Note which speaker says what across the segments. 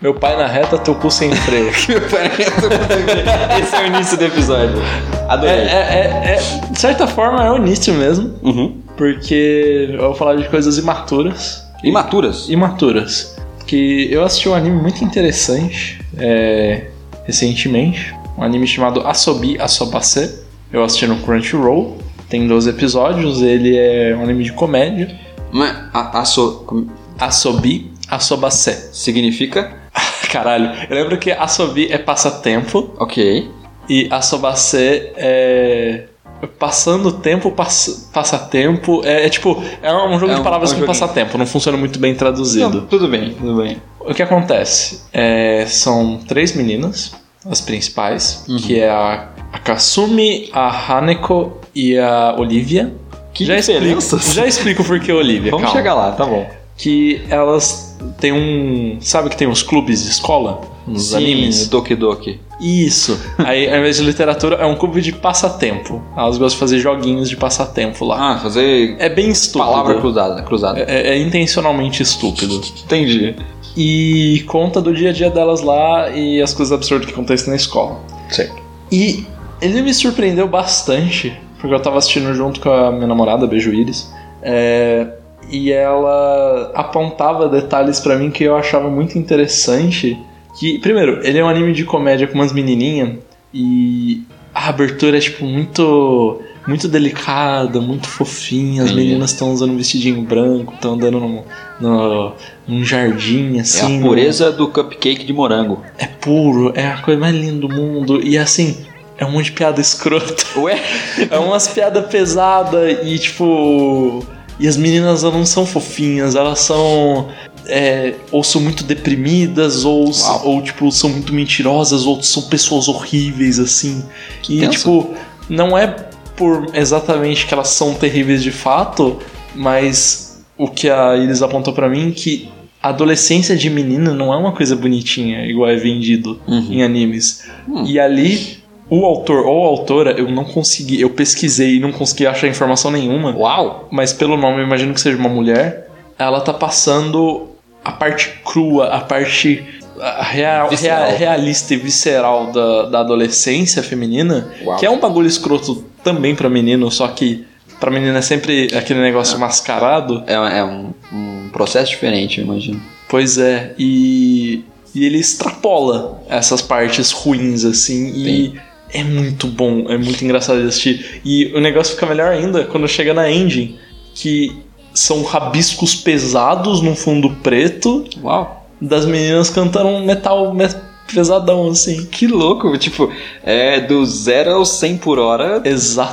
Speaker 1: Meu pai na reta, teu cu sem freio.
Speaker 2: Esse é o início do episódio.
Speaker 1: É,
Speaker 2: Adorei.
Speaker 1: é- é- é- de certa forma, é o início mesmo.
Speaker 2: Uhum.
Speaker 1: Porque eu vou falar de coisas imaturas.
Speaker 2: Imaturas.
Speaker 1: Imaturas. Que eu assisti um anime muito interessante é, recentemente. Um anime chamado Asobi Asobase. Eu assisti no Crunchyroll. Tem 12 episódios. Ele é um anime de comédia.
Speaker 2: Mas a- asso como-
Speaker 1: Asobi Asobase.
Speaker 2: significa?
Speaker 1: Caralho, eu lembro que Asobi é passatempo.
Speaker 2: Ok.
Speaker 1: E Asobase é. Passando tempo, pass... passatempo. É, é tipo, é um jogo
Speaker 2: É
Speaker 1: de
Speaker 2: um-
Speaker 1: palavras
Speaker 2: um
Speaker 1: com
Speaker 2: joguinho.
Speaker 1: passatempo, não funciona muito bem traduzido.
Speaker 2: Não, tudo bem, tudo bem.
Speaker 1: O que acontece? É, são três meninas, as principais,
Speaker 2: Uhum.
Speaker 1: que é a, a Kasumi, a Haneko e a Olivia.
Speaker 2: Que
Speaker 1: já explico,
Speaker 2: diferenças.
Speaker 1: já explico por que Olivia.
Speaker 2: Vamos
Speaker 1: calma.
Speaker 2: chegar lá, tá bom.
Speaker 1: Que elas têm um. Sabe que tem uns clubes de escola? Nos animes?
Speaker 2: Doki Doki.
Speaker 1: Isso. Aí, ao invés de literatura, é um clube de passatempo. Elas gostam de fazer joguinhos de passatempo lá.
Speaker 2: Ah, fazer
Speaker 1: É bem estúpido.
Speaker 2: palavra cruzada. cruzada.
Speaker 1: É, é intencionalmente estúpido.
Speaker 2: Entendi.
Speaker 1: E conta do dia a dia delas lá e as coisas absurdas que acontecem na escola.
Speaker 2: Certo.
Speaker 1: E ele me surpreendeu bastante, porque eu tava assistindo junto com a minha namorada, Beijo Iris, é, e ela apontava detalhes pra mim que eu achava muito interessante. Que, primeiro, ele é um anime de comédia com umas menininhas, e a abertura é, tipo, muito muito delicada, muito fofinha. As
Speaker 2: Sim.
Speaker 1: meninas estão usando um vestidinho branco, estão andando num, no- num jardim,
Speaker 2: É
Speaker 1: assim.
Speaker 2: a
Speaker 1: num-
Speaker 2: pureza do cupcake de morango.
Speaker 1: é puro, é a coisa mais linda do mundo. E assim, é um monte de piada escrota.
Speaker 2: Ué?
Speaker 1: É umas piadas pesadas e tipo. E as meninas elas não são fofinhas, elas são. é, ou são muito deprimidas, ou, s-
Speaker 2: Uau.
Speaker 1: ou tipo, são muito mentirosas, ou são pessoas horríveis, assim. e
Speaker 2: tenso.
Speaker 1: tipo, não é por exatamente que elas são terríveis de fato, mas o que a Iris apontou pra mim é que a adolescência de menina não é uma coisa bonitinha, igual é vendido
Speaker 2: Uhum.
Speaker 1: em animes.
Speaker 2: Hum.
Speaker 1: E ali, o autor ou a autora, eu não consegui, eu pesquisei e não consegui achar informação nenhuma,
Speaker 2: Uau!
Speaker 1: mas pelo nome eu imagino que seja uma mulher. Ela tá passando a parte crua, a parte a real-
Speaker 2: Visceral.
Speaker 1: rea- realista e visceral da, da adolescência feminina,
Speaker 2: Uau.
Speaker 1: que é um bagulho escroto também pra menino, só que pra menina é sempre aquele negócio mascarado.
Speaker 2: É, é um, um processo diferente, eu imagino.
Speaker 1: Pois é, e, e ele extrapola essas partes ruins, assim, e é muito bom, é muito engraçado de assistir. E o negócio fica melhor ainda quando chega na ending, que são rabiscos pesados num fundo preto
Speaker 2: Uau!
Speaker 1: das meninas cantando um metal me- pesadão, assim.
Speaker 2: Que louco! Tipo, é do zero ao 100 por hora,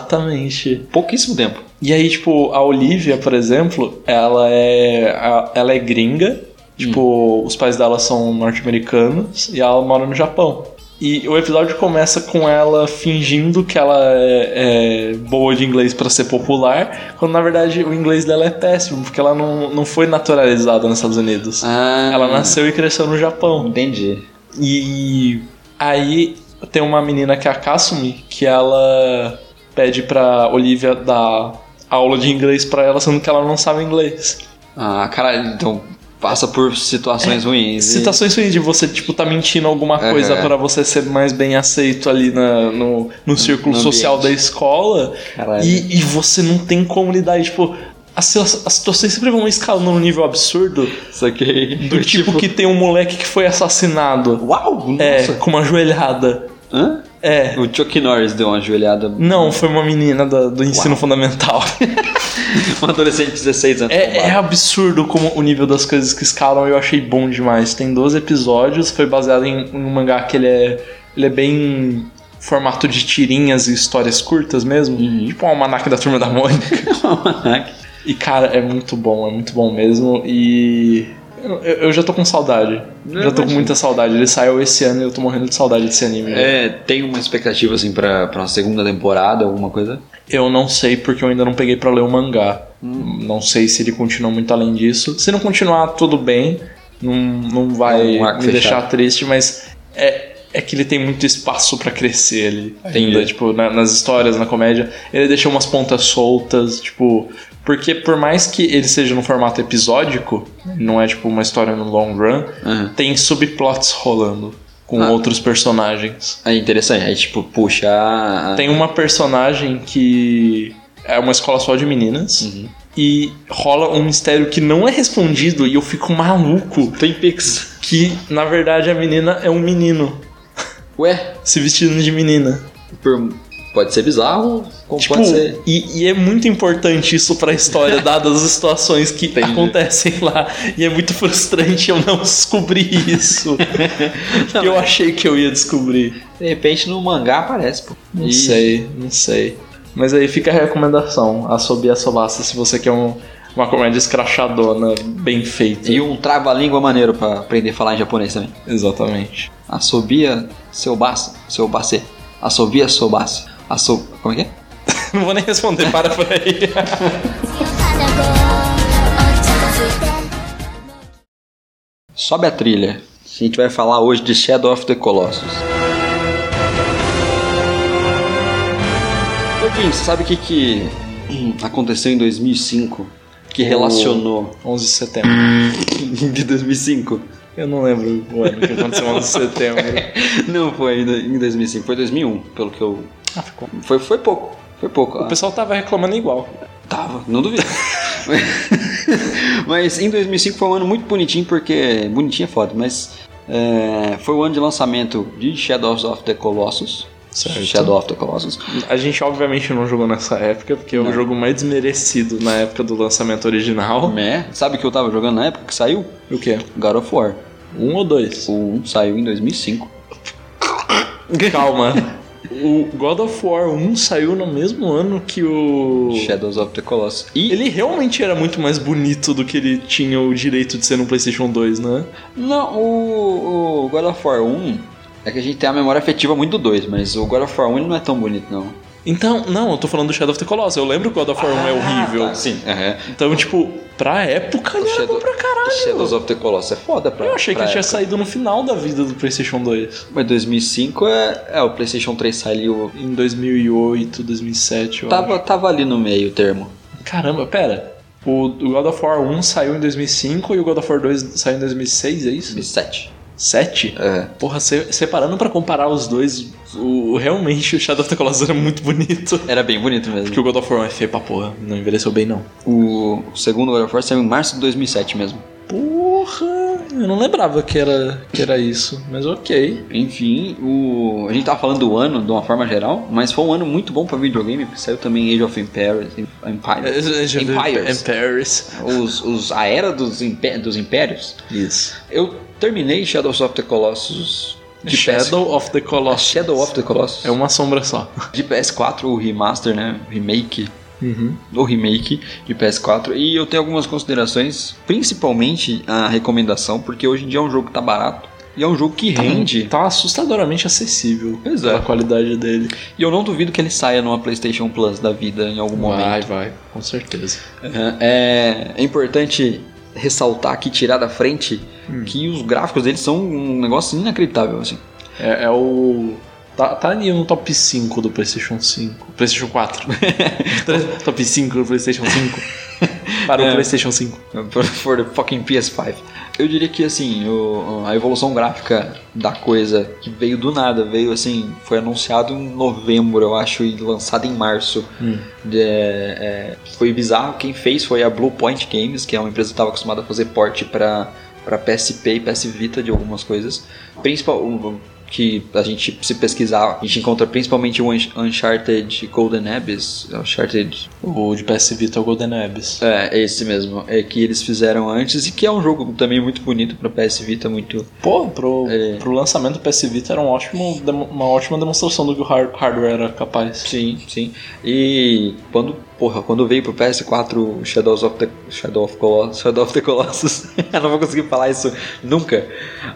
Speaker 1: Exatamente.
Speaker 2: pouquíssimo tempo.
Speaker 1: E aí, tipo, a Olivia, por exemplo, ela é, a- ela é gringa. Tipo, os pais dela são norte-americanos e ela mora no Japão. E o episódio começa com ela fingindo que ela é, é boa de inglês pra ser popular, quando na verdade o inglês dela é péssimo, porque ela não, não foi naturalizada nos Estados Unidos.
Speaker 2: Ah,
Speaker 1: Ela nasceu e cresceu no Japão.
Speaker 2: Entendi.
Speaker 1: E aí tem uma menina que é a Kasumi, que ela pede pra Olivia dar aula de inglês pra ela, sendo que ela não sabe inglês.
Speaker 2: Ah, caralho, então passa por
Speaker 1: É,
Speaker 2: situações ruins. e-
Speaker 1: Situações ruins de você, tipo, tá mentindo alguma
Speaker 2: Aham.
Speaker 1: coisa pra você ser mais bem aceito ali na- no, no círculo
Speaker 2: no
Speaker 1: social
Speaker 2: ambiente.
Speaker 1: da escola.
Speaker 2: Caralho.
Speaker 1: E, e você não tem como lidar, e, tipo... As, situa- as situações sempre vão escalando num nível absurdo,
Speaker 2: Isso aqui. é
Speaker 1: do tipo, que tem um moleque que foi assassinado
Speaker 2: Uau! Nossa!
Speaker 1: é, com uma joelhada.
Speaker 2: Hã?
Speaker 1: É,
Speaker 2: O Chuck Norris deu uma ajoelhada.
Speaker 1: Não, foi uma menina da- do, ensino fundamental.
Speaker 2: Um adolescente de 16 anos.
Speaker 1: É, é absurdo como o nível das coisas que escalam eu achei bom demais. Tem 12 episódios, foi baseado em, em um mangá que ele é, ele é bem formato de tirinhas e histórias curtas mesmo. Tipo um almanac da turma da Mônica. E cara, é muito bom, é muito bom mesmo. E eu, eu já tô com saudade.
Speaker 2: Eu
Speaker 1: já tô com
Speaker 2: imagino.
Speaker 1: muita saudade. Ele saiu esse ano e eu tô morrendo de saudade desse anime.
Speaker 2: É, tem uma expectativa assim pra, pra uma segunda temporada, alguma coisa?
Speaker 1: Eu não sei porque eu ainda não peguei pra ler o mangá.
Speaker 2: Hum.
Speaker 1: Não sei se ele continua muito além disso. Se não continuar, tudo bem. Não, não vai
Speaker 2: É um arco
Speaker 1: me deixar
Speaker 2: fechado.
Speaker 1: triste, mas é, é que ele tem muito espaço pra crescer ali.
Speaker 2: Entendi.
Speaker 1: Ainda, tipo, na- nas histórias, na comédia. Ele deixou umas pontas soltas, tipo, Porque por mais que ele seja no formato episódico, não é tipo uma história no long run,
Speaker 2: Aham.
Speaker 1: tem subplots rolando com
Speaker 2: Ah.
Speaker 1: outros personagens.
Speaker 2: É interessante. Aí, tipo, puxa. a-
Speaker 1: Tem uma personagem que é uma escola só de meninas.
Speaker 2: Uhum.
Speaker 1: E rola um mistério que não é respondido e eu fico maluco.
Speaker 2: Twin Peaks.
Speaker 1: Que na verdade a menina é um menino
Speaker 2: Ué,
Speaker 1: se vestindo de menina.
Speaker 2: por- pode ser bizarro, como
Speaker 1: Tipo,
Speaker 2: pode ser.
Speaker 1: E, e é muito importante isso pra história, dadas as situações que
Speaker 2: Entendi.
Speaker 1: acontecem lá. E é muito frustrante eu não descobrir isso.
Speaker 2: Não, é.
Speaker 1: eu achei que eu ia descobrir.
Speaker 2: De repente no mangá aparece, pô.
Speaker 1: Não
Speaker 2: E-
Speaker 1: sei, não sei. Mas aí fica a recomendação: Assobi a Sobassa se você quer um- uma comédia escrachadona, bem feita.
Speaker 2: E um trava-língua maneiro pra aprender a falar em japonês também.
Speaker 1: Exatamente.
Speaker 2: Assobia seu baço, seu bacê. Assobia seu baço. Assob... Como é que é?
Speaker 1: Não vou nem responder, para por aí.
Speaker 3: 強さだこう落ち着いて
Speaker 2: Sobe a trilha. A gente vai falar hoje de Shadow of the Colossus. Joaquim, você sabe o que, que hum, aconteceu em 2005 que
Speaker 1: O-
Speaker 2: relacionou
Speaker 1: 11 de setembro.
Speaker 2: de 2005?
Speaker 1: Eu não lembro o ano que aconteceu 11 de setembro.
Speaker 2: Não foi em 2005, foi 2001, pelo que eu...
Speaker 1: Ah, ficou.
Speaker 2: Foi, foi pouco, foi pouco.
Speaker 1: O pessoal tava reclamando igual.
Speaker 2: Tava, não duvido. mas em 2005 foi um ano muito bonitinho, porque. Bonitinho é foda, mas. é, foi o ano de lançamento de Shadows of the Colossus.
Speaker 1: Certo.
Speaker 2: Shadow of the Colossus.
Speaker 1: A gente obviamente não jogou nessa época, porque é
Speaker 2: Não.
Speaker 1: o jogo mais desmerecido na época do lançamento original.
Speaker 2: É, sabe o que eu tava jogando na época que saiu?
Speaker 1: O quê?
Speaker 2: God of War.
Speaker 1: Um ou dois?
Speaker 2: O 1 saiu em 2005.
Speaker 1: Calma. O God of War 1 saiu no mesmo ano que o.
Speaker 2: Shadows of the Colossus. E.
Speaker 1: Ele realmente era muito mais bonito do que ele tinha o direito de ser no PlayStation 2, né?
Speaker 2: Não, o, o God of War 1. É que a gente tem a memória afetiva muito do 2, mas o God of War 1 ele não é tão bonito, não.
Speaker 1: Então, não, eu tô falando do Shadow of the Colossus. Eu lembro que o God of War 1 é horrível.
Speaker 2: Ah, sim. aham.
Speaker 1: Então, tipo, pra época ele era
Speaker 2: Shadow-
Speaker 1: bom pra caralho.
Speaker 2: Shadows of the Colossus é foda pra
Speaker 1: Eu achei que
Speaker 2: pra
Speaker 1: ele tinha
Speaker 2: época.
Speaker 1: saído no final da vida do PlayStation 2.
Speaker 2: Mas 2005 é, é o PlayStation 3 saiu.
Speaker 1: Em 2008, 2007. Eu
Speaker 2: Tava, tava ali no meio termo.
Speaker 1: acho. Caramba, pera. O o God of War 1 saiu em 2005 e o God of War 2 saiu em 2006, é isso?
Speaker 2: 2007.
Speaker 1: 7?
Speaker 2: É.
Speaker 1: Porra, se- separando pra comparar os dois, o, realmente o Shadow of the Colossus era muito bonito.
Speaker 2: Era bem bonito
Speaker 1: Porque
Speaker 2: mesmo.
Speaker 1: o God of War 1 é feio pra porra, não envelheceu bem não.
Speaker 2: O, o segundo God of War saiu em março de 2007 mesmo.
Speaker 1: Porra, eu não lembrava que era, que era isso, mas ok.
Speaker 2: Enfim, o, a gente tava falando do ano de uma forma geral, mas foi um ano muito bom pra videogame, porque saiu também Age of Empires.
Speaker 1: É,
Speaker 2: Empires. Empires.
Speaker 1: Empires.
Speaker 2: Os, os, a era dos, impé- dos impérios.
Speaker 1: Isso.
Speaker 2: Eu terminei Shadows of the Colossus de PS4.
Speaker 1: Shadow of the Colossus.
Speaker 2: Shadow of the Colossus.
Speaker 1: É uma sombra só.
Speaker 2: De PS4, o remaster, né? Remake.
Speaker 1: Uhum.
Speaker 2: do remake de PS4 e eu tenho algumas considerações, principalmente a recomendação, porque hoje em dia é um jogo que tá barato e é um jogo que rende.
Speaker 1: Tá assustadoramente acessível
Speaker 2: Pois
Speaker 1: pela
Speaker 2: é.
Speaker 1: qualidade dele.
Speaker 2: E eu não duvido que ele saia numa PlayStation Plus da vida em algum momento.
Speaker 1: vai, com certeza.
Speaker 2: Uhum. É, é importante ressaltar aqui, tirar da frente,
Speaker 1: Hum.
Speaker 2: que os gráficos deles são um negócio inacreditável, assim.
Speaker 1: É, é o. Tá, tá ali no top 5 do PlayStation 5. PlayStation 4. Tre- top 5 do PlayStation 5. Para
Speaker 2: É.
Speaker 1: o PlayStation 5.
Speaker 2: For the fucking PS5. Eu diria que, assim, o- a evolução gráfica da coisa que veio do nada, veio assim, foi anunciado em novembro, eu acho, e lançado em março.
Speaker 1: Hum.
Speaker 2: De- é, foi bizarro. Quem fez foi a Blue Point Games, que é uma empresa que estava acostumada a fazer port para PSP e PS Vita de algumas coisas. Principal o- o que a gente se pesquisar, a gente encontra principalmente o Unch- Uncharted Golden Abyss, Uncharted
Speaker 1: O de PS Vita é o Golden Abyss.
Speaker 2: é, esse mesmo, é que eles fizeram antes e que é um jogo também muito bonito para PS Vita, muito
Speaker 1: Pô, pro,
Speaker 2: É.
Speaker 1: pro lançamento do PS Vita era um ótimo, demo- uma ótima demonstração do que o har- hardware era capaz.
Speaker 2: Sim, sim. E quando, porra, quando veio pro PS4 Shadows of the Shadow of Colossus, Shadow of the Colossus, eu não vou conseguir falar isso nunca,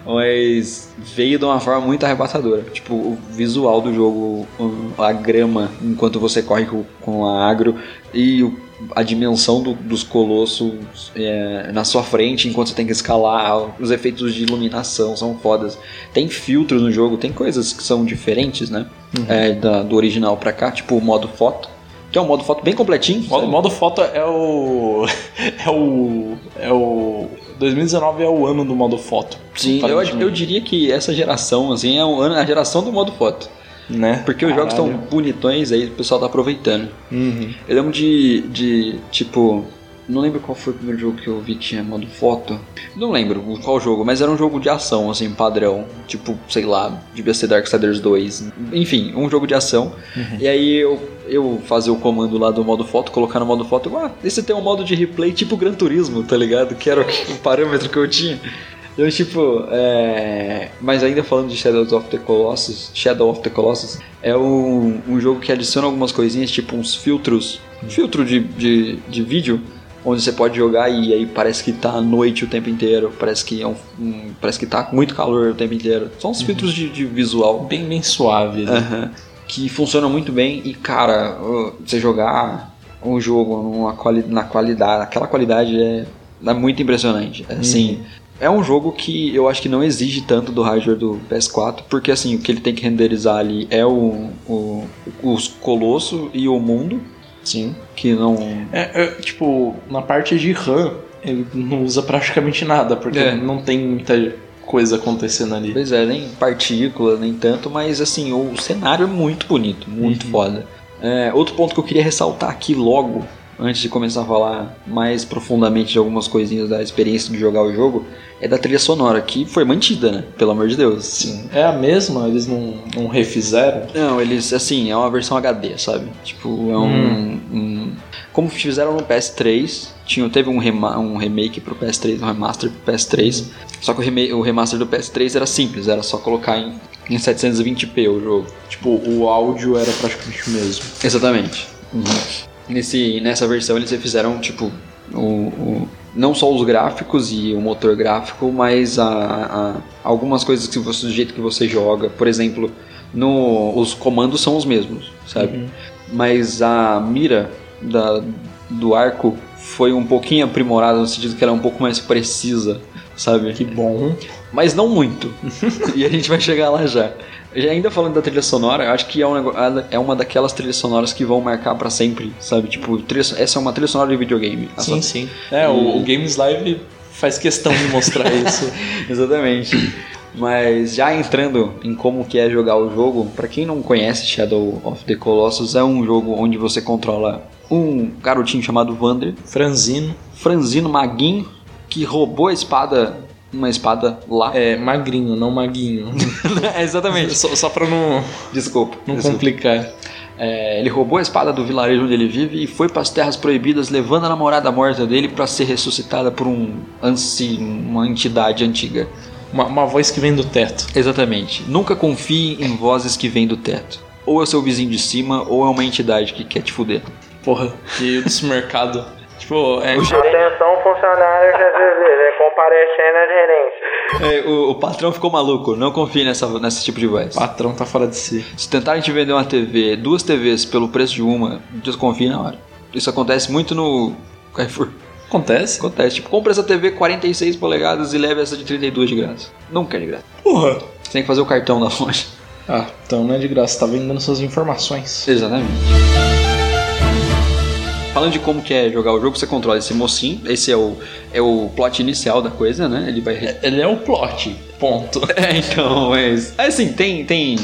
Speaker 2: mas veio de uma forma muito arrebatadora. Tipo, o visual do jogo, um, a grama enquanto você corre com, com a agro e o- a dimensão do- dos colossos é, na sua frente enquanto você tem que escalar, os efeitos de iluminação são fodas. Tem filtros no
Speaker 1: Uhum.
Speaker 2: jogo, tem coisas que são diferentes, né? é, da- do original pra cá, tipo o modo foto, Tem um modo foto bem completinho.
Speaker 1: Modo,
Speaker 2: sabe?
Speaker 1: modo foto é o. É o. É o. 2019 é o ano do modo foto.
Speaker 2: Sim, eu,
Speaker 1: aparentemente,
Speaker 2: eu diria que essa geração, assim, é um ano- a geração do modo foto.
Speaker 1: Né?
Speaker 2: Porque os jogos estão
Speaker 1: Caralho.
Speaker 2: bonitões aí, o pessoal tá aproveitando.
Speaker 1: Uhum.
Speaker 2: Eu lembro de, de, tipo, não lembro qual foi o primeiro jogo que eu vi que tinha modo foto. Não lembro qual jogo, mas era um jogo de ação, assim, padrão. Tipo, sei lá, devia ser Darksiders 2. Enfim, um jogo de ação. E aí eu, eu fazer o comando lá do modo foto, colocar no modo foto. eu, Ah, esse tem um modo de replay tipo Gran Turismo, tá ligado? Que era o, que- o parâmetro que eu tinha. Eu, tipo, é... Mas ainda falando de Shadows of the Colossus, Shadow of the Colossus, é um, um jogo que adiciona algumas coisinhas, tipo uns filtros, filtro de, de, de vídeo, onde você pode jogar e aí parece que tá à noite o tempo inteiro, parece que, é um, um- parece que tá com muito calor o tempo inteiro. São uns filtros de, de visual
Speaker 1: Bem, bem suave. né?
Speaker 2: Aham. que funcionam muito bem e, cara, uh, você jogar um jogo numa quali na qualidade, aquela qualidade é, é muito impressionante. É, Assim, é um jogo que eu acho que não exige tanto do hardware do PS4, porque assim, o que ele tem que renderizar ali é o, o os colosso e o mundo,
Speaker 1: Sim.
Speaker 2: que não
Speaker 1: É, é, tipo, na parte de RAM, ele não usa praticamente nada, porque
Speaker 2: É.
Speaker 1: não tem muita coisa acontecendo ali.
Speaker 2: Pois é, nem partícula, nem tanto, mas assim, o cenário é muito bonito, muito foda. É, outro ponto que eu queria ressaltar aqui logo, antes de começar a falar mais profundamente de algumas coisinhas da experiência de jogar o jogo, é da trilha sonora, que foi mantida, né? Pelo amor de Deus.
Speaker 1: Sim. É a mesma, eles não, não refizeram.
Speaker 2: Não, eles, assim, é uma versão HD, sabe? Tipo, é um. um- como fizeram no PS3, tinha, teve um, rema, um remake pro PS3, um remaster pro PS3. Só que o, rema, o remaster do PS3 era simples, era só colocar em, em 720p o jogo.
Speaker 1: Tipo, o áudio era praticamente o mesmo.
Speaker 2: Exatamente. Uhum. Nesse, nessa versão eles fizeram, tipo, o, o- não só os gráficos e o motor gráfico, mas a, a- algumas coisas que você, do jeito que você joga. Por exemplo, no, os comandos são os mesmos, sabe?
Speaker 1: Uhum.
Speaker 2: Mas a mira da, do arco foi um pouquinho aprimorada no sentido que ela é um pouco mais precisa, sabe?
Speaker 1: Que bom.
Speaker 2: mas não muito. e a gente vai chegar lá já. Já ainda falando da trilha sonora, eu acho que é, um nego- é uma daquelas trilhas sonoras que vão marcar pra sempre, sabe? Tipo, trilha so- essa é uma trilha sonora de videogame. A
Speaker 1: Sim, sim. É, o, o Games Live faz questão de mostrar isso.
Speaker 2: Exatamente. Mas já entrando em como que é jogar o jogo, pra quem não conhece Shadow of the Colossus, é um jogo onde você controla um garotinho chamado Vander,
Speaker 1: Franzino,
Speaker 2: franzino maguinho, que roubou a espada, uma espada lá.
Speaker 1: é magrinho, não maguinho.
Speaker 2: É, exatamente.
Speaker 1: só, só pra não,
Speaker 2: Desculpa.
Speaker 1: não
Speaker 2: desculpa.
Speaker 1: complicar.
Speaker 2: É, ele roubou a espada do vilarejo onde ele vive e foi para as terras proibidas, levando a namorada morta dele para ser ressuscitada por um anci, uma entidade antiga.
Speaker 1: Uma, uma voz que vem do teto.
Speaker 2: Exatamente. Nunca confie em vozes que vêm do teto. Ou é o seu vizinho de cima, ou é uma entidade que quer te fuder.
Speaker 1: Porra, e o desse mercado. Tipo, é,
Speaker 4: Atenção, funcionários da DZ, comparecendo à gerência.
Speaker 2: É, o, o patrão ficou maluco, não confie nessa, nesse tipo de voz.
Speaker 1: o patrão tá fora de si.
Speaker 2: Se tentarem te vender uma TV, duas TVs pelo preço de uma, desconfie na hora. Isso acontece muito no Carrefour.
Speaker 1: Acontece?
Speaker 2: Acontece, tipo, compra essa TV 46 polegadas e leve essa de 32 de graça. Não quer de graça.
Speaker 1: Porra.
Speaker 2: Você tem que fazer o cartão da loja.
Speaker 1: Ah, então não é de graça, tá vendendo suas informações.
Speaker 2: Exatamente. Falando de como que é jogar o jogo, você controla esse mocinho, esse é o, é o plot inicial da coisa, né? Ele vai.
Speaker 1: Ele é o plot, ponto.
Speaker 2: É, então, mas. Assim, tem. tem...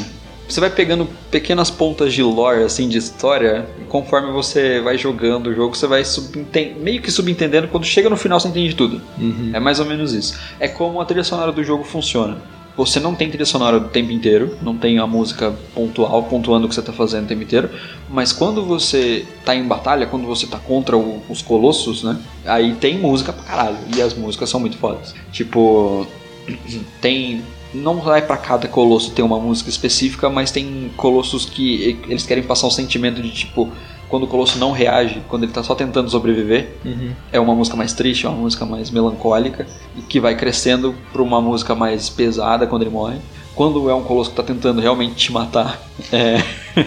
Speaker 2: Você vai pegando pequenas pontas de lore, assim, de história, e conforme você vai jogando o jogo, você vai subenten- meio que subentendendo, quando chega no final você entende tudo.
Speaker 1: Uhum.
Speaker 2: É mais ou menos isso. É como a trilha sonora do jogo funciona. Você não tem trilha sonora o tempo inteiro, não tem a música pontual, pontuando o que você está fazendo o tempo inteiro, mas quando você tá em batalha, quando você tá contra o- os colossos, né? Aí tem música pra caralho, e as músicas são muito fodas. Tipo, tem. Não vai pra cada colosso ter uma música específica, mas tem colossos que eles querem passar um sentimento de tipo, quando o colosso não reage, quando ele tá só tentando sobreviver,
Speaker 1: Uhum.
Speaker 2: é uma música mais triste, é uma música mais melancólica e que vai crescendo para uma música mais pesada quando ele morre. Quando é um colosso que tá tentando realmente te matar, é,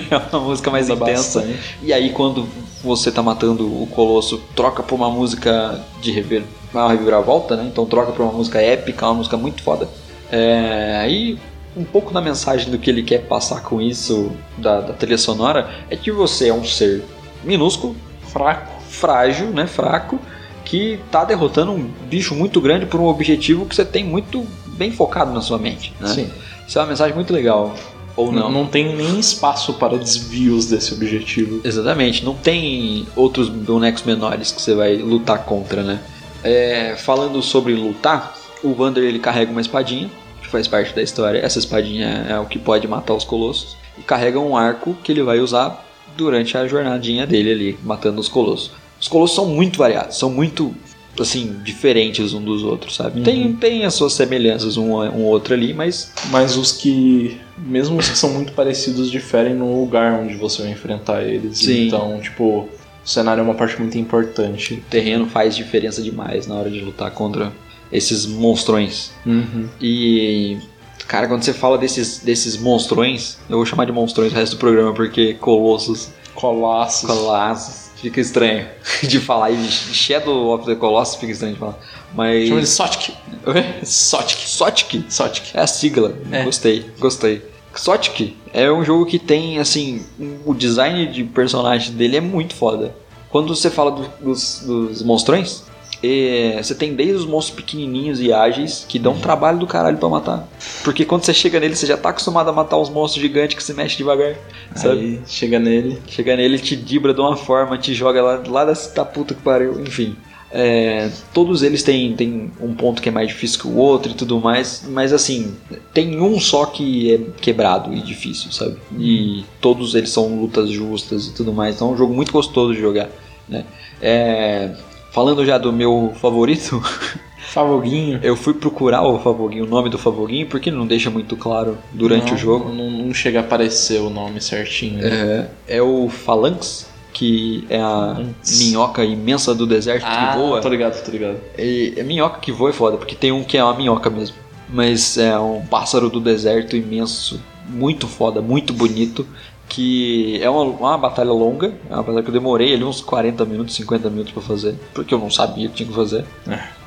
Speaker 2: é uma música mais
Speaker 1: Muda
Speaker 2: intensa.
Speaker 1: bastante.
Speaker 2: E aí quando você tá matando o colosso, troca pra uma música de rever, uma reviravolta, né? Então troca pra uma música épica, uma música muito foda. É, aí um pouco da mensagem do que ele quer passar com isso da, da trilha sonora é que você é um ser minúsculo,
Speaker 1: Fraco.
Speaker 2: frágil, né? Fraco, que tá derrotando um bicho muito grande por um objetivo que você tem muito bem focado na sua mente. Né?
Speaker 1: Sim.
Speaker 2: Isso é uma mensagem muito legal. Ou não.
Speaker 1: Não. Tipo, não tem nem espaço para desvios desse objetivo.
Speaker 2: Exatamente, não tem outros bonecos menores que você vai lutar contra, né? É, falando sobre lutar, o Vander ele carrega uma espadinha, que faz parte da história. Essa espadinha é o que pode matar os colossos. E carrega um arco que ele vai usar durante a jornadinha dele ali, matando os colossos. Os colossos são muito variados, são muito, assim, diferentes um dos outros, sabe? Tem, tem as suas semelhanças um, a- um outro ali, mas
Speaker 1: Mas os que, mesmo os que são muito parecidos, diferem no lugar onde você vai enfrentar eles.
Speaker 2: Sim.
Speaker 1: Então, tipo, o cenário é uma parte muito importante.
Speaker 2: o terreno faz diferença demais na hora de lutar contra esses monstrões.
Speaker 1: Uhum.
Speaker 2: E, cara, quando você fala desses, desses monstrões, eu vou chamar de monstrões o resto do programa, porque colossos,
Speaker 1: Colossus.
Speaker 2: colossos, fica estranho de falar. E Shadow of the Colossus fica estranho de falar. Mas.
Speaker 1: Chama de Sotic.
Speaker 2: Oi?
Speaker 1: Sotic.
Speaker 2: Sotic
Speaker 1: Sotic.
Speaker 2: é a sigla.
Speaker 1: É.
Speaker 2: Gostei, gostei. Sotic é um jogo que tem, assim, o design de personagem dele é muito foda. Quando você fala do- dos, dos monstrões, é, você tem desde os monstros pequenininhos e ágeis que dão
Speaker 1: Uhum.
Speaker 2: um trabalho do caralho pra matar. Porque quando você chega nele, você já tá acostumado a matar uns monstros gigantes que se mexem devagar, sabe?
Speaker 1: Aí chega nele.
Speaker 2: Chega nele, te dibra de uma forma, te joga lá, lá da da puta que pariu, enfim. É, todos eles têm, têm um ponto que é mais difícil que o outro e tudo mais, mas assim, tem um só que é quebrado e difícil, sabe? E todos eles são lutas justas e tudo mais, então é um jogo muito gostoso de jogar, né? É, falando já do meu favorito,
Speaker 1: Favoguinho.
Speaker 2: eu fui procurar o Favoguinho, o nome do Favoguinho, porque ele não deixa muito claro durante
Speaker 1: Não,
Speaker 2: o jogo.
Speaker 1: Não, não chega a aparecer o nome certinho. né?
Speaker 2: É o Phalanx, que é a
Speaker 1: Phalanx.
Speaker 2: minhoca imensa do deserto que voa.
Speaker 1: Ah, tô ligado, tô ligado.
Speaker 2: E é minhoca que voa é foda, porque tem um que é uma minhoca mesmo. Mas é um pássaro do deserto imenso, muito foda, muito bonito. Que é uma, uma batalha longa, é uma batalha que eu demorei ali uns 40 minutos, 50 minutos pra fazer, porque eu não sabia o que tinha que fazer.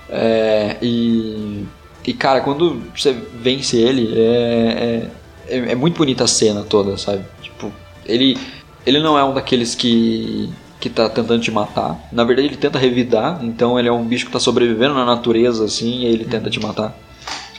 Speaker 2: É, e, e cara, quando você vence ele, é, é, é- é muito bonita a cena toda, sabe? Tipo, ele, ele não é um daqueles que, que tá tentando te matar. Na verdade, ele tenta revidar, então ele é um bicho que tá sobrevivendo na natureza, assim, e ele tenta te matar.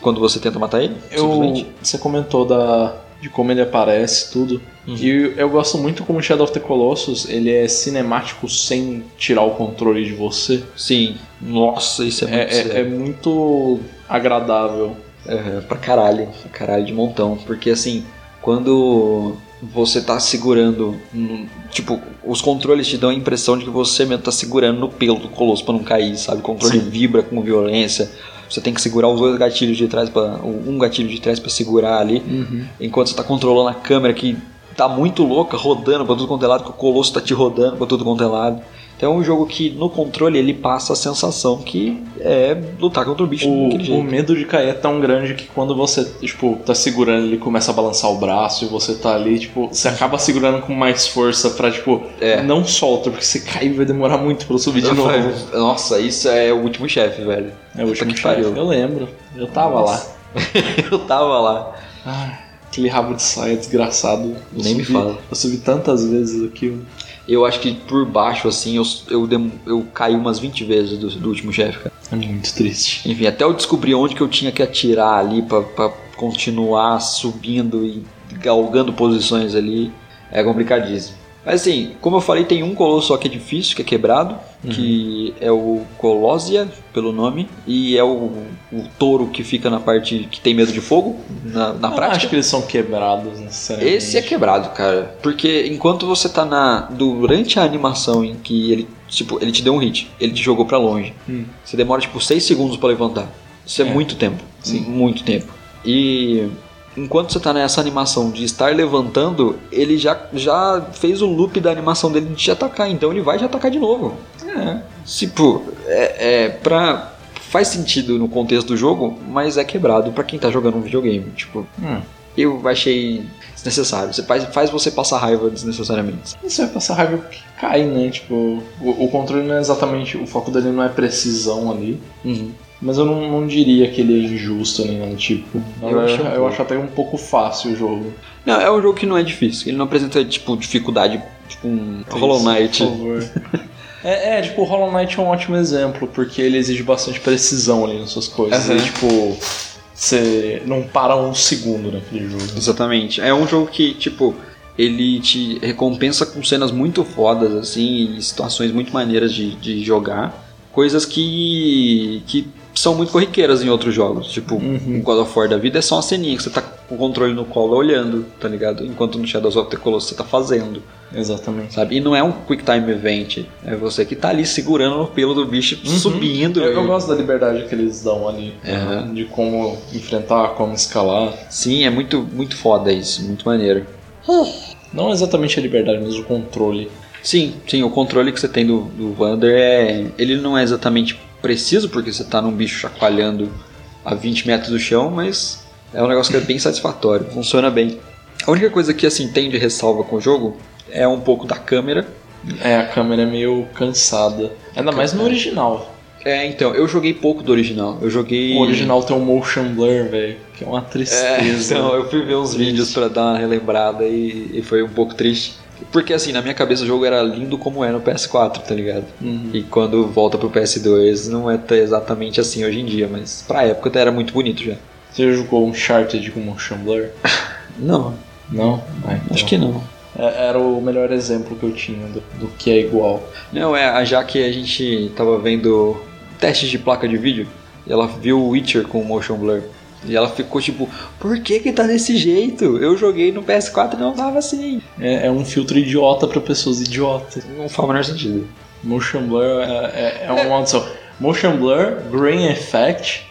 Speaker 2: Quando você tenta matar ele,
Speaker 1: Uhum. Eu,
Speaker 2: simplesmente.
Speaker 1: você comentou da, de como ele aparece tudo.
Speaker 2: Uhum.
Speaker 1: E eu, eu gosto muito como Shadow of the Colossus ele é cinemático sem tirar o controle de você.
Speaker 2: Sim. Nossa, isso é muito
Speaker 1: É, é- é
Speaker 2: sério.
Speaker 1: muito agradável.
Speaker 2: Aham, É pra caralho, pra caralho de montão. Porque assim, quando você tá segurando. no- Tipo, os controles te dão a impressão de que você mesmo tá segurando no pelo do colosso pra não cair, sabe? O controle vibra com violência. Você tem que segurar os dois gatilhos de trás, pra, um gatilho de trás pra segurar ali. Enquanto você tá controlando a câmera que tá muito louca, rodando pra tudo quanto é lado, que o colosso tá te rodando pra tudo quanto é lado. Então é um jogo que no controle ele passa a sensação que é lutar contra o bicho daquele
Speaker 1: O,
Speaker 2: jeito.
Speaker 1: o medo de cair é tão grande que quando você, tipo, tá segurando, ele começa a balançar o braço e você tá ali, tipo, você acaba segurando com mais força pra, tipo,
Speaker 2: É.
Speaker 1: não solta, porque se cair vai demorar muito pra eu subir de
Speaker 2: Eu
Speaker 1: novo.
Speaker 2: falei, Nossa, isso é o último chefe, velho.
Speaker 1: É o último
Speaker 2: que
Speaker 1: chefe.
Speaker 2: pariu.
Speaker 1: Eu lembro. Eu tava lá.
Speaker 2: Eu tava lá.
Speaker 1: Ah, aquele rabo de saia desgraçado. Eu
Speaker 2: Nem me
Speaker 1: subi-
Speaker 2: fala.
Speaker 1: Eu subi tantas vezes aquilo.
Speaker 2: Eu acho que por baixo, assim, eu, eu, dem- eu caí umas 20 vezes do, do último chefe, cara.
Speaker 1: É muito triste.
Speaker 2: Enfim, até eu descobri onde que eu tinha que atirar ali pra, pra continuar subindo e galgando posições ali. É complicadíssimo. Mas assim, como eu falei, tem um colosso só que é difícil, que é quebrado, que
Speaker 1: Uhum.
Speaker 2: é o Colossia, pelo nome, e é o, o touro que fica na parte que tem medo de fogo, na, na
Speaker 1: Eu não
Speaker 2: prática.
Speaker 1: acho que eles são quebrados, necessariamente.
Speaker 2: Esse é quebrado, cara. Porque enquanto você tá na. Durante a animação em que ele. Tipo, ele te deu um hit, ele te jogou pra longe.
Speaker 1: Hum.
Speaker 2: Você demora, tipo, 6 segundos pra levantar. Isso é,
Speaker 1: É.
Speaker 2: muito tempo.
Speaker 1: Sim.
Speaker 2: Muito tempo. E. Enquanto você tá nessa animação de estar levantando, ele já, já fez o loop da animação dele de te atacar, então ele vai te atacar de novo. Tipo, é, é pra. Faz sentido no contexto do jogo, mas é quebrado pra quem tá jogando um videogame. Tipo,
Speaker 1: Hum.
Speaker 2: eu achei desnecessário. Você faz, faz você passar raiva desnecessariamente.
Speaker 1: Você vai passar raiva porque cai, né? Tipo, o, o controle não é exatamente. O foco dele não é precisão ali.
Speaker 2: Uhum.
Speaker 1: Mas eu não, não diria que ele é injusto nem nada do tipo.
Speaker 2: Eu
Speaker 1: Eu,
Speaker 2: acho
Speaker 1: acho,
Speaker 2: um
Speaker 1: eu
Speaker 2: pouco.
Speaker 1: acho até um pouco fácil o jogo.
Speaker 2: Não, é um jogo que não é difícil. Ele não apresenta, tipo, dificuldade Tipo um Hollow Knight.
Speaker 1: Por favor. É, é, tipo, o Hollow Knight é um ótimo exemplo, porque ele exige bastante precisão ali nas suas coisas.
Speaker 2: Aham.
Speaker 1: E, tipo, você não para um segundo naquele jogo.
Speaker 2: Exatamente. É um jogo que, tipo, ele te recompensa com cenas muito fodas, assim, e situações muito maneiras de, de jogar. Coisas que. que são muito corriqueiras em outros jogos. Tipo,
Speaker 1: Uhum.
Speaker 2: o God of War da vida é só uma ceninha que você tá com o controle no colo olhando, tá ligado? Enquanto no Shadows of the Colossus você tá fazendo,
Speaker 1: Exatamente.
Speaker 2: sabe? E não é um quick time event. É você que tá ali segurando o pelo do bicho, subindo.
Speaker 1: Uhum. Eu, eu
Speaker 2: e-
Speaker 1: gosto da liberdade que eles dão ali,
Speaker 2: Aham.
Speaker 1: de como enfrentar, como escalar.
Speaker 2: Sim, é muito, muito foda isso, muito maneiro.
Speaker 1: Não exatamente a liberdade, mas o controle.
Speaker 2: Sim, sim, o controle que você tem do, do Wander é. Ele não é exatamente preciso, porque você tá num bicho chacoalhando a 20 metros do chão, mas é um negócio que é bem satisfatório, funciona bem. A única coisa que assim tem de ressalva com o jogo é um pouco da câmera.
Speaker 1: É, a câmera é meio cansada. Ainda mais no
Speaker 2: Cansada.
Speaker 1: original.
Speaker 2: É, então, eu joguei pouco do original. Eu joguei.
Speaker 1: O original tem um motion blur, velho, que é uma
Speaker 2: É,
Speaker 1: tristeza.
Speaker 2: então, eu fui ver uns
Speaker 1: Triste.
Speaker 2: vídeos pra dar uma relembrada e, e foi um pouco triste. Porque assim, na minha cabeça o jogo era lindo como é no PS4, tá ligado?
Speaker 1: Uhum.
Speaker 2: E quando volta pro PS2 não é t- exatamente assim hoje em dia, mas pra época até era muito bonito já.
Speaker 1: Você jogou Uncharted com motion blur?
Speaker 2: Não,
Speaker 1: Não? Ah, então.
Speaker 2: acho que não.
Speaker 1: É, Era o melhor exemplo que eu tinha do, do que é igual.
Speaker 2: Não, é, a- já que a gente tava vendo testes de placa de vídeo, e ela viu o Witcher com motion blur. E ela ficou tipo, por que que tá desse jeito? Eu joguei no PS4 e não tava assim.
Speaker 1: É, é um filtro idiota pra pessoas idiotas.
Speaker 2: Não faz o menor sentido.
Speaker 1: Motion blur é, é, é uma maldição. Motion blur, grain effect.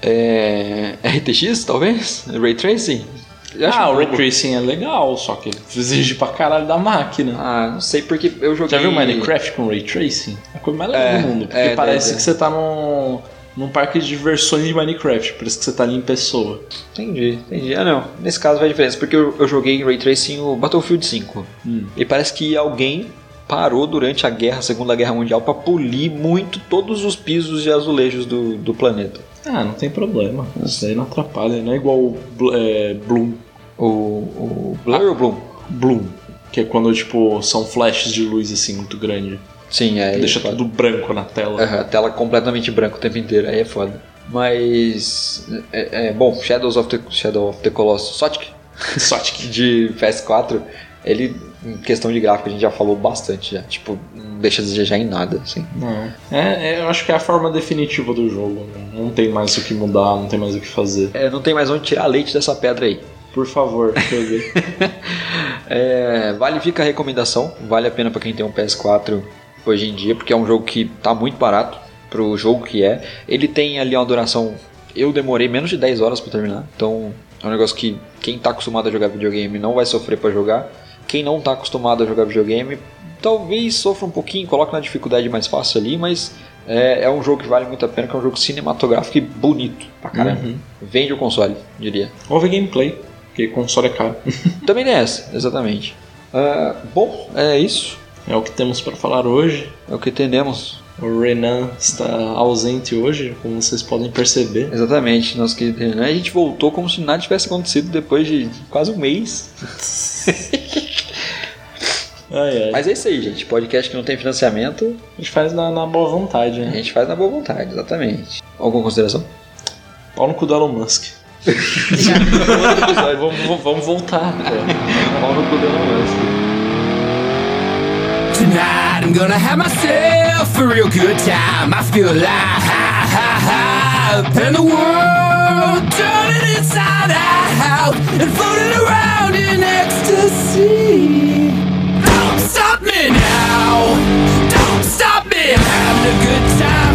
Speaker 2: É. RTX, talvez? Ray Tracing? Eu acho
Speaker 1: ah,
Speaker 2: um
Speaker 1: o ray
Speaker 2: pouco.
Speaker 1: tracing é legal, só que exige pra caralho da máquina.
Speaker 2: Ah, não sei porque eu
Speaker 1: Já
Speaker 2: joguei.
Speaker 1: viu Minecraft com ray tracing? É a coisa mais legal
Speaker 2: É,
Speaker 1: do mundo. Porque
Speaker 2: é,
Speaker 1: parece
Speaker 2: deve-
Speaker 1: que você tá num, num parque de diversões de Minecraft. Parece que você tá ali em pessoa.
Speaker 2: Entendi, entendi. Ah, não. Nesse caso faz diferença, porque eu, eu joguei em Ray Tracing o Battlefield 5.
Speaker 1: Hum.
Speaker 2: E parece que alguém parou durante a guerra, a Segunda Guerra Mundial, pra polir muito todos os pisos e azulejos do, do planeta.
Speaker 1: Ah, não tem problema. Isso daí não atrapalha. Não é igual o Bl- é, Bloom.
Speaker 2: O, o Blur ou Bloom?
Speaker 1: Bloom. Que é quando, tipo, são flashes de luz, assim, muito grande.
Speaker 2: Sim, é.
Speaker 1: Deixa
Speaker 2: é foda.
Speaker 1: tudo branco na tela.
Speaker 2: Aham, a tela completamente branca o tempo inteiro, aí é foda. Mas. É, é, bom, Shadows of the, Shadow of the Colossus Sotic
Speaker 1: Sotic.
Speaker 2: de PS4, ele, em questão de gráfico, a gente já falou bastante já. Tipo, não deixa a desejar em nada, assim.
Speaker 1: Não. É, é, eu acho que é a forma definitiva do jogo. né? Não tem mais o que mudar, não tem mais o que fazer.
Speaker 2: É, não tem mais onde tirar leite dessa pedra aí.
Speaker 1: Por favor, jogue.
Speaker 2: É, vale, fica a recomendação. Vale a pena pra quem tem um PS4 hoje em dia, porque é um jogo que tá muito barato pro jogo que é. Ele tem ali uma duração. Eu demorei menos de 10 horas pra terminar, então é um negócio que quem tá acostumado a jogar videogame não vai sofrer pra jogar. Quem não tá acostumado a jogar videogame, talvez sofra um pouquinho, coloque na dificuldade mais fácil ali, mas é, é um jogo que vale muito a pena, que é um jogo cinematográfico e bonito pra caramba.
Speaker 1: Uhum.
Speaker 2: Vende o console, diria.
Speaker 1: Ou ver gameplay, porque console é caro.
Speaker 2: Também tem essa, exatamente. Ah, bom, é isso.
Speaker 1: É o que temos pra falar hoje.
Speaker 2: É o que entendemos.
Speaker 1: O Renan está ausente hoje, como vocês podem perceber.
Speaker 2: Exatamente, nosso querido Renan. A gente voltou como se nada tivesse acontecido depois de quase um mês.
Speaker 1: Ai, ai.
Speaker 2: Mas é isso aí, gente. Podcast que não tem financiamento,
Speaker 1: A gente faz na, na boa vontade,
Speaker 2: a
Speaker 1: né?
Speaker 2: gente faz na boa vontade, exatamente. Alguma consideração?
Speaker 1: Pau no cu do Elon Musk. vamos, vamos- vamos voltar, pô.
Speaker 5: Tonight I'm gonna have myself a real good time. I feel alive, ha ha ha, up in the world, turning inside out and floating around in ecstasy. Don't stop me now, don't stop me. I'm having a good time. oh,